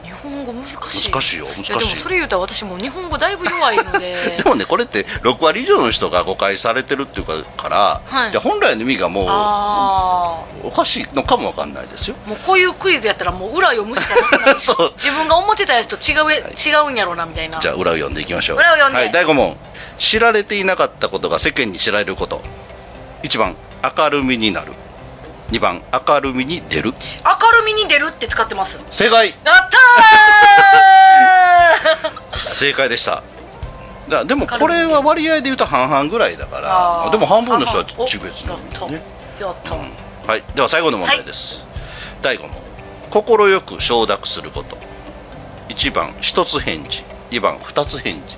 Speaker 2: 日本語難しい
Speaker 3: 難しいよ難しい
Speaker 2: やでもそれ言うたら私もう日本語だいぶ弱いので
Speaker 3: たでもねこれって6割以上の人が誤解されてるっていうかから、
Speaker 2: はい
Speaker 3: じゃあ本来の意味がもう
Speaker 2: ああ
Speaker 3: おかしいのかもわかんないですよ
Speaker 2: もうこういうクイズやったらもう裏読むしかなくない
Speaker 3: そう
Speaker 2: 自分が思ってたやつと違う,、違うんやろうなみたいな
Speaker 3: じゃあ裏を読んでいきましょう
Speaker 2: 裏を読んで
Speaker 3: はい、第5問知られていなかったことが世間に知られること1番明るみになる2番明るみに出る
Speaker 2: 明るみに出るって使ってますやっ
Speaker 3: 正解
Speaker 2: た ー
Speaker 3: 正解でしただでもこれは割合で言うと半々ぐらいだか
Speaker 2: あ
Speaker 3: ら
Speaker 2: ー
Speaker 3: でも半分の人は
Speaker 2: お
Speaker 3: 中別
Speaker 2: や
Speaker 3: な
Speaker 2: っ
Speaker 3: んだ
Speaker 2: た、
Speaker 3: よね
Speaker 2: やった、
Speaker 3: はい、では最後の問題です、第5問快く承諾すること1番1つ返事2番2つ返事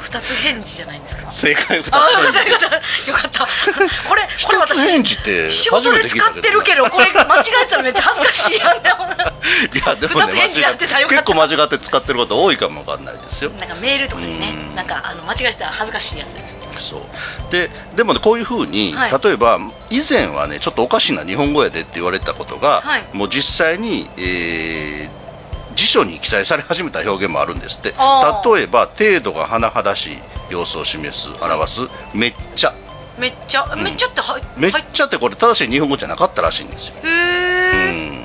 Speaker 2: 二つ返事じゃないんですか
Speaker 3: 正解2つ
Speaker 2: あよか
Speaker 3: 返
Speaker 2: っ
Speaker 3: 事
Speaker 2: たよかったよかった これこれ
Speaker 3: 一つ返事
Speaker 2: 私
Speaker 3: って
Speaker 2: 仕
Speaker 3: 初
Speaker 2: 事
Speaker 3: め
Speaker 2: で
Speaker 3: て
Speaker 2: 使
Speaker 3: 聞いた
Speaker 2: ってるけどこれ間違えたらめっちゃ恥ずかしいや んでも
Speaker 3: いやでもね
Speaker 2: 二つ返事やってたらよかった
Speaker 3: 結構間違って使ってること多いかもわかんないですよ
Speaker 2: なんかメールとかでねなんかあの間違えてたら恥ずかしいやつです
Speaker 3: そうででもねこういうふうに、
Speaker 2: はい
Speaker 3: 例えば以前はねちょっとおかしな日本語やでって言われたことが、
Speaker 2: はい
Speaker 3: もう実際に、えー辞書に記載され始めた表現もあるんですって例
Speaker 2: あー
Speaker 3: えば程度が甚だしい様子を示す表す「めっちゃ」
Speaker 2: めっちゃめっちゃっては
Speaker 3: 「めっ
Speaker 2: はい
Speaker 3: ちゃ」ってこれ正しい日本語じゃなかったらしいんですよ。
Speaker 2: へ
Speaker 3: う
Speaker 2: え
Speaker 3: ん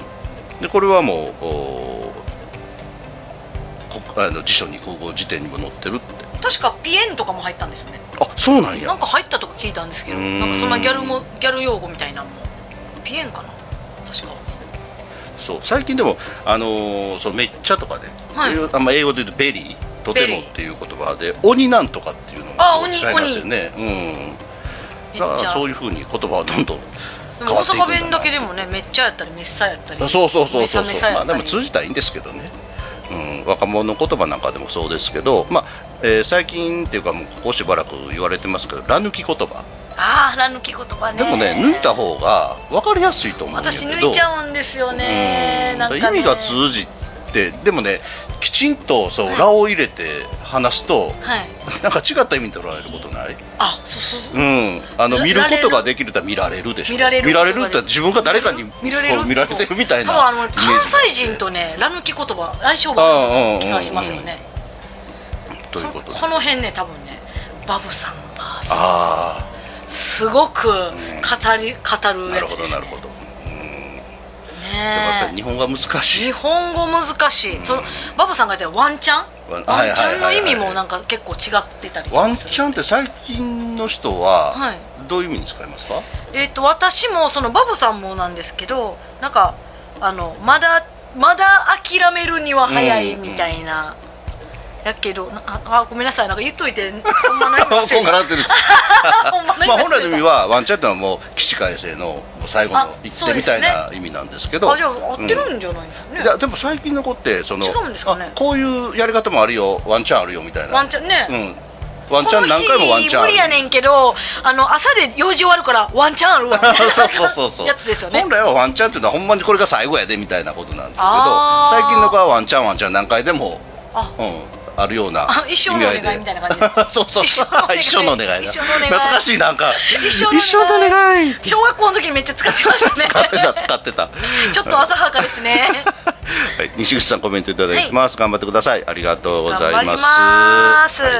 Speaker 3: でこれはもうおあの辞書に高校辞典にも載ってるって
Speaker 2: 確かピエンとかも入ったんですよね
Speaker 3: あそうなんや
Speaker 2: なんか入ったとか聞いたんですけど
Speaker 3: うーん
Speaker 2: なんかそんなギャルもギャル用語みたいなのもピエンかな確か
Speaker 3: そう最近でも、あのーそのめっちゃとかね、
Speaker 2: はい
Speaker 3: 英語あんま英語で言うとベリーとて
Speaker 2: ベリ
Speaker 3: もっ
Speaker 2: ー
Speaker 3: ていう言葉で鬼なんとかっていうの
Speaker 2: あ
Speaker 3: も
Speaker 2: 鬼
Speaker 3: 使いますよねうん
Speaker 2: めっち
Speaker 3: だ
Speaker 2: ゃ
Speaker 3: からそういうふうに言葉はどんどん
Speaker 2: で
Speaker 3: 変
Speaker 2: も
Speaker 3: わ
Speaker 2: 大
Speaker 3: っていくんだな
Speaker 2: 阪弁だけでもねめっちゃやったりめっさやったり
Speaker 3: そうそうそうそ
Speaker 2: めさ
Speaker 3: うそ
Speaker 2: め
Speaker 3: う
Speaker 2: さや
Speaker 3: ま
Speaker 2: っ
Speaker 3: あ
Speaker 2: た
Speaker 3: で
Speaker 2: り
Speaker 3: も通じたらいいんですけどね、うん、若者の言葉なんかでもそうですけどまあ、えー最近っていうかもうここしばらく言われてますけどら抜き言葉
Speaker 2: ああら抜き言葉ね
Speaker 3: でもね抜いた方が分かりやすいと思うんだけ
Speaker 2: 私
Speaker 3: ど
Speaker 2: 抜いちゃうんですよね
Speaker 3: うん
Speaker 2: なんかね
Speaker 3: 意味が通じてでもねきちんとそう「ら」を入れて話すと、
Speaker 2: はい
Speaker 3: なんか違った意味で取られることない、
Speaker 2: あそうそうそう
Speaker 3: うん、あの
Speaker 2: ら
Speaker 3: 見ること
Speaker 2: られ
Speaker 3: が
Speaker 2: る
Speaker 3: できるとは見られるでしょ
Speaker 2: 見られる
Speaker 3: って自分が誰かに
Speaker 2: 見られる
Speaker 3: そう見られてるみたいな
Speaker 2: 多分あの
Speaker 3: イメ
Speaker 2: 関
Speaker 3: ージ
Speaker 2: 西人とねら抜き言葉相性がある気がしますよね
Speaker 3: ということで
Speaker 2: この辺ね多分ねバブさんがす
Speaker 3: あ
Speaker 2: すごく語り語
Speaker 3: あ
Speaker 2: る
Speaker 3: な
Speaker 2: や
Speaker 3: る
Speaker 2: つ
Speaker 3: ほど
Speaker 2: です
Speaker 3: な
Speaker 2: ね
Speaker 3: るほど、でもやっぱり
Speaker 2: ね
Speaker 3: 日本が難し
Speaker 2: 日
Speaker 3: い
Speaker 2: 本語難しいそのバブさんが言ったワンチャン
Speaker 3: ワン
Speaker 2: ワンチャンの
Speaker 3: はいはいはいはい
Speaker 2: 意味もなんか結構違ってたりと
Speaker 3: ワン
Speaker 2: か
Speaker 3: チ
Speaker 2: する
Speaker 3: ャンって最近の人
Speaker 2: は
Speaker 3: はいどういう意味に使いますか、
Speaker 2: えっと私もそのバブさんもなんですけどなんかあのまだまだ諦めるには早いみたいな、やけどなああごめんなさいなんか言っといてほんま 何も
Speaker 3: こんがらってるんです
Speaker 2: ほんま何
Speaker 3: ま
Speaker 2: も
Speaker 3: あ、本来の意味はワンチャンってのはもう起死回生の最後
Speaker 2: あ
Speaker 3: の一
Speaker 2: そう
Speaker 3: 手
Speaker 2: で
Speaker 3: み
Speaker 2: すね
Speaker 3: たいな意味なんですけど
Speaker 2: あじゃあ合ってるんじゃないですか
Speaker 3: う
Speaker 2: ね
Speaker 3: んい、やでも最近の子ってその
Speaker 2: 違うんですかね
Speaker 3: あこういうやり方もあるよワンチャンあるよみたいな
Speaker 2: ワンチャンね、
Speaker 3: うん、ワンチャン何回もワンチャン
Speaker 2: こ
Speaker 3: あ
Speaker 2: の日無
Speaker 3: る
Speaker 2: 理やねんけどあの朝で用事終わるからワンチャンあるわみたいな
Speaker 3: そうそうそうそう
Speaker 2: やつですよね
Speaker 3: 本来はワンチャンっていうのはほんまにこれが最後やでみたいなことなんですけど
Speaker 2: あー
Speaker 3: 最近の子はワンチャンワンチャン何回でも
Speaker 2: あ
Speaker 3: うん、あるような
Speaker 2: あ一生のお願い
Speaker 3: 意味合で
Speaker 2: みたいな感じ
Speaker 3: そうそうそう 一
Speaker 2: 一
Speaker 3: 生
Speaker 2: 生
Speaker 3: の
Speaker 2: の
Speaker 3: お
Speaker 2: お
Speaker 3: 願
Speaker 2: 願
Speaker 3: い
Speaker 2: い
Speaker 3: だ
Speaker 2: 一生のお願い
Speaker 3: 懐かしいなんか
Speaker 2: 一生のお願い
Speaker 3: 願い
Speaker 2: 小学校の時にめっちゃ使ってましたね
Speaker 3: 使ってた使ってた
Speaker 2: ちょっと浅はかですね
Speaker 3: はい、西口さんコメントいただいてます、頑張ってくださいありがとうございます
Speaker 2: 頑張ります
Speaker 3: はい、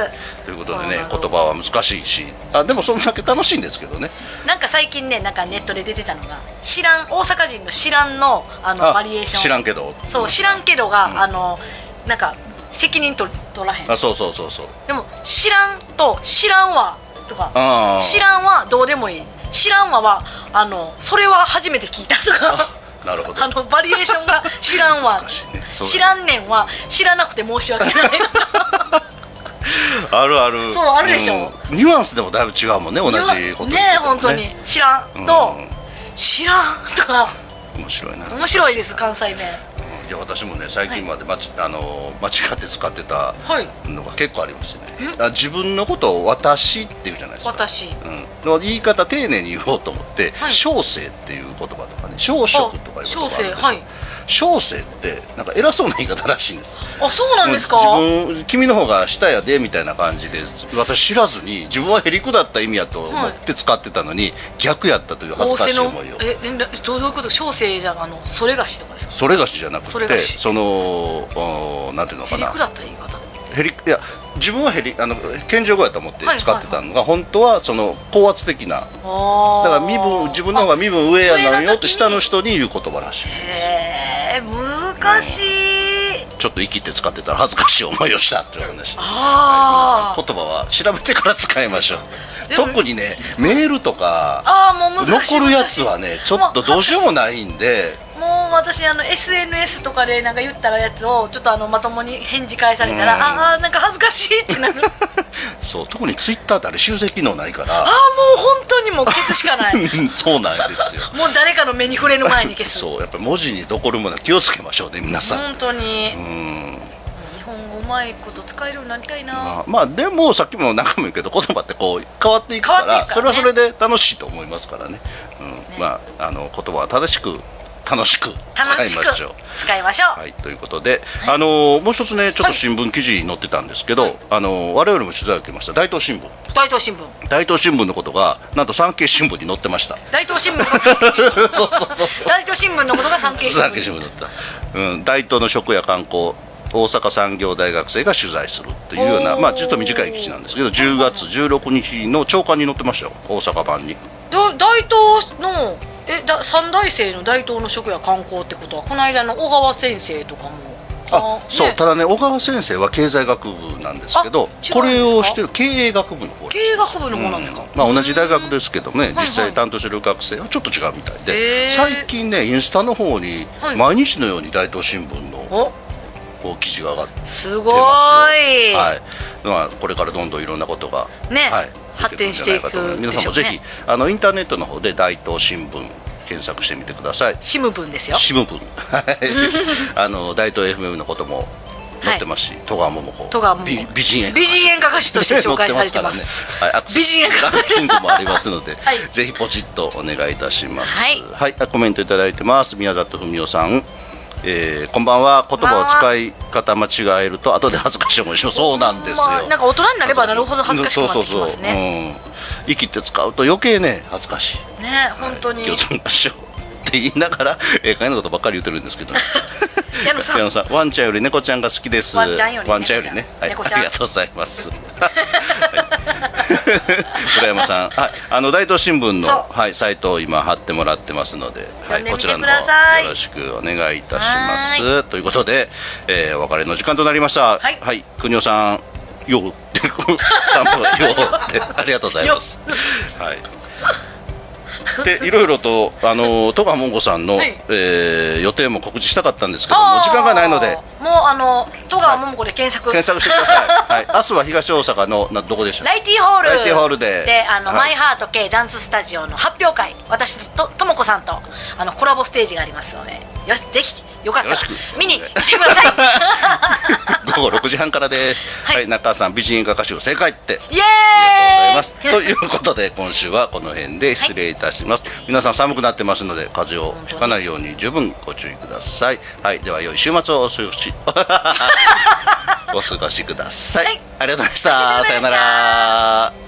Speaker 3: ということでね言葉は難しいしあでもそんだけ楽しいんですけどね
Speaker 2: なんか最近ねなんかネットで出てたのが知らん大阪人の知らんのあの
Speaker 3: あ
Speaker 2: バリエーション
Speaker 3: 知らんけど
Speaker 2: そう知らんけどが、あのなんか責任取取らへん
Speaker 3: あそうそうそうそう
Speaker 2: でも知らんと知らんわとか
Speaker 3: あー
Speaker 2: 知らんはどうでもいい知らんわはあのそれは初めて聞いたとか
Speaker 3: なるほ ど
Speaker 2: あのバリエーションが知らんわ
Speaker 3: 難しいねそう
Speaker 2: 知らんねんは知らなくて申し訳ないとか
Speaker 3: あるある
Speaker 2: そうあるでしょ、
Speaker 3: うんニュアンスでもだいぶ違うもんね 同じこと言ってても
Speaker 2: ねえ本当に知らんと
Speaker 3: うん
Speaker 2: 知らんとか
Speaker 3: 面白いな
Speaker 2: 面白いです関西弁
Speaker 3: うんいや私もね最近までまち、あの間違って使ってた
Speaker 2: はい
Speaker 3: のが結構ありましてねあ自分のことを私っていうじゃないですか
Speaker 2: 私
Speaker 3: うん、の言い方丁寧に言おうと思って「
Speaker 2: はい
Speaker 3: 小生」っていう言葉とかね「小食」とかいう
Speaker 2: 小
Speaker 3: 言葉あるんです
Speaker 2: 生
Speaker 3: よ
Speaker 2: はい
Speaker 3: 小生ってなんか偉そうな言い方らしいんです
Speaker 2: あそうなんですか
Speaker 3: うん自分君の方が下やでみたいな感じで私知らずに自分はへりくだった意味やと思って使ってたのに、逆やったという恥ず
Speaker 2: 仰
Speaker 3: かし
Speaker 2: せ
Speaker 3: い
Speaker 2: の
Speaker 3: 思いを
Speaker 2: え連絡どういうこと小生じゃんあのそれがしとかですか
Speaker 3: それがしじゃな
Speaker 2: そ
Speaker 3: く
Speaker 2: れ
Speaker 3: て
Speaker 2: がし
Speaker 3: そのおなんていうの
Speaker 2: へ
Speaker 3: か
Speaker 2: り
Speaker 3: な
Speaker 2: くだった言い方
Speaker 3: へりいや自分はへりあの謙譲語やと思って
Speaker 2: はい
Speaker 3: 使ってたのが、本当はその高圧的な
Speaker 2: あ
Speaker 3: だ
Speaker 2: ー
Speaker 3: から身分自分の方が身分上やのよって
Speaker 2: あ
Speaker 3: 下の人に言う言葉らしい
Speaker 2: へえ難しい
Speaker 3: ちょっと生きて使ってたら恥ずかしい思いをしたっていう話で皆さん
Speaker 2: あー
Speaker 3: 言葉は調べてから使いましょう
Speaker 2: でも
Speaker 3: 特にねメールとか
Speaker 2: あーもう難しい
Speaker 3: 残るや
Speaker 2: 難し
Speaker 3: つ
Speaker 2: い
Speaker 3: はねちょっとどうしようもないんで
Speaker 2: もう私あの SNS とかでなんか言ったらやつをちょっとあのまともに返事返されたら、
Speaker 3: うん
Speaker 2: ああーなんか恥ずかしいって なるああ
Speaker 3: そう特にツイッターってあれ修正機能ないか
Speaker 2: も
Speaker 3: ら
Speaker 2: う本当にもう消すしかないも
Speaker 3: そうなんですよ
Speaker 2: う誰かの目に触れる前に消す
Speaker 3: そうやっぱり文字に残るものは気をつけましょうね皆さん
Speaker 2: 本当に、
Speaker 3: う
Speaker 2: も
Speaker 3: ん
Speaker 2: う日本語うまいこと使えるようになりたいな、
Speaker 3: まあまあでもさっきも中も言うけど言葉ってこう変わっていくから
Speaker 2: 変わっていく
Speaker 3: そ
Speaker 2: か
Speaker 3: れは
Speaker 2: らね
Speaker 3: それで楽しいと思いますからね,、うんまああの言葉は正しく楽しく使
Speaker 2: 楽
Speaker 3: い
Speaker 2: し
Speaker 3: ま
Speaker 2: く
Speaker 3: しょう。
Speaker 2: 使いましょう、
Speaker 3: はい、ということで、あのーもう一つねちょっと新聞記事に載ってたんですけど、あのー我々も取材を受けました大東新聞
Speaker 2: 大東新聞
Speaker 3: 大東新聞のことがなんと産経新聞に載ってました
Speaker 2: 大東新聞の こ と大東新聞のことが産経新
Speaker 3: 産経
Speaker 2: 聞
Speaker 3: 新聞だった、うん、大東の食や観光大阪産業大学生が取材するっていうような
Speaker 2: おー
Speaker 3: まあちょっと短い記事なんですけど10月16日の朝刊に載ってましたよ大阪版に
Speaker 2: だ大東のえだ三大生の大東の食や観光ってことはこの間の小川先生とかも
Speaker 3: あそう、
Speaker 2: ね
Speaker 3: ただね小川先生は経済学部なんですけど
Speaker 2: あ違うんですか
Speaker 3: これをしてる経営学部の方
Speaker 2: 経営学部の子なんですか、
Speaker 3: まあ、同じ大学ですけどね、
Speaker 2: はい
Speaker 3: 実際担当してる学生はちょっと違うみたいで、
Speaker 2: へー
Speaker 3: 最近ねインスタの方に
Speaker 2: はい
Speaker 3: 毎日のように大東新聞の
Speaker 2: お
Speaker 3: こう記事が上がってますよ
Speaker 2: すごーい、
Speaker 3: はいまあ、これからどんどんいろんなことが、
Speaker 2: ね
Speaker 3: はい、
Speaker 2: 発展していく
Speaker 3: 出くるんじゃないかと思います皆
Speaker 2: でし
Speaker 3: さんも
Speaker 2: ょ
Speaker 3: ぜ
Speaker 2: うね
Speaker 3: ひ、あのインターネットの方で大東新聞検索してみてください
Speaker 2: シム分ですよ
Speaker 3: 新聞あの大東 FM のことも載ってますし、戸川桃子
Speaker 2: 戸川桃子
Speaker 3: 美美人演歌
Speaker 2: 美人演歌歌手として紹介されてます
Speaker 3: 載ってからねはい、アクセ
Speaker 2: 美
Speaker 3: ス
Speaker 2: 人演歌
Speaker 3: ランキングもありますので、
Speaker 2: はい
Speaker 3: ぜひポチッとお願いいたします
Speaker 2: はい
Speaker 3: あコメントいただいてます宮里文夫さんえーこんばんは言葉を使い方間違えると後で恥ずかしい思いしますそうなんですよ、
Speaker 2: まあなんか大人になればなるほど恥ずかしくなってきます
Speaker 3: そうそうそう
Speaker 2: ね
Speaker 3: うん、息って使うと余計ね恥ずかしい
Speaker 2: ね本当に
Speaker 3: 気をつけましょうって言いながらええかいなことばっかり言ってるんですけど
Speaker 2: 矢野さん
Speaker 3: 矢野さんワンちゃんより猫ちゃんが好きです
Speaker 2: ワンちゃんより
Speaker 3: ワンちゃんよりねはいあり
Speaker 2: 猫ちゃん
Speaker 3: がとうござい ますはい村山さんはいあの大東新聞の
Speaker 2: そ
Speaker 3: はいサイトを今貼ってもらってますのでは
Speaker 2: 読んでみて
Speaker 3: こちらの
Speaker 2: くださ
Speaker 3: 方
Speaker 2: い
Speaker 3: よろしくお願いいたしますということでえーお別れの時間となりました
Speaker 2: はい
Speaker 3: はい国尾さんようってスタンプがようってありがとうございますはいでいろいろとあの戸川桃子さんの、
Speaker 2: はい
Speaker 3: えー予定も告知したかったんですけども
Speaker 2: あー
Speaker 3: 時間がないので
Speaker 2: もうあの戸川桃子で検索、
Speaker 3: 検索してください、はい、明日は東大阪のなどこでした
Speaker 2: ライティホール
Speaker 3: ライティホールで
Speaker 2: あの、
Speaker 3: はい
Speaker 2: マイハート系ダンススタジオの発表会私とともこさんとあのコラボステージがありますのでよしぜひよかったら
Speaker 3: よろしく
Speaker 2: 見に来てくださ
Speaker 3: 午後6時半からです、は
Speaker 2: はいい
Speaker 3: 中川さん美人演歌歌手正解って
Speaker 2: いイエ
Speaker 3: ありが
Speaker 2: ーイ
Speaker 3: とうございますということで今週はこの辺で失礼いたします、皆さん寒くなってますので風邪をひかないように十分ご注意くださいはいでは良い週末をお過 ごしお過ごしください、
Speaker 2: はい
Speaker 3: ありがとうございましたさよなら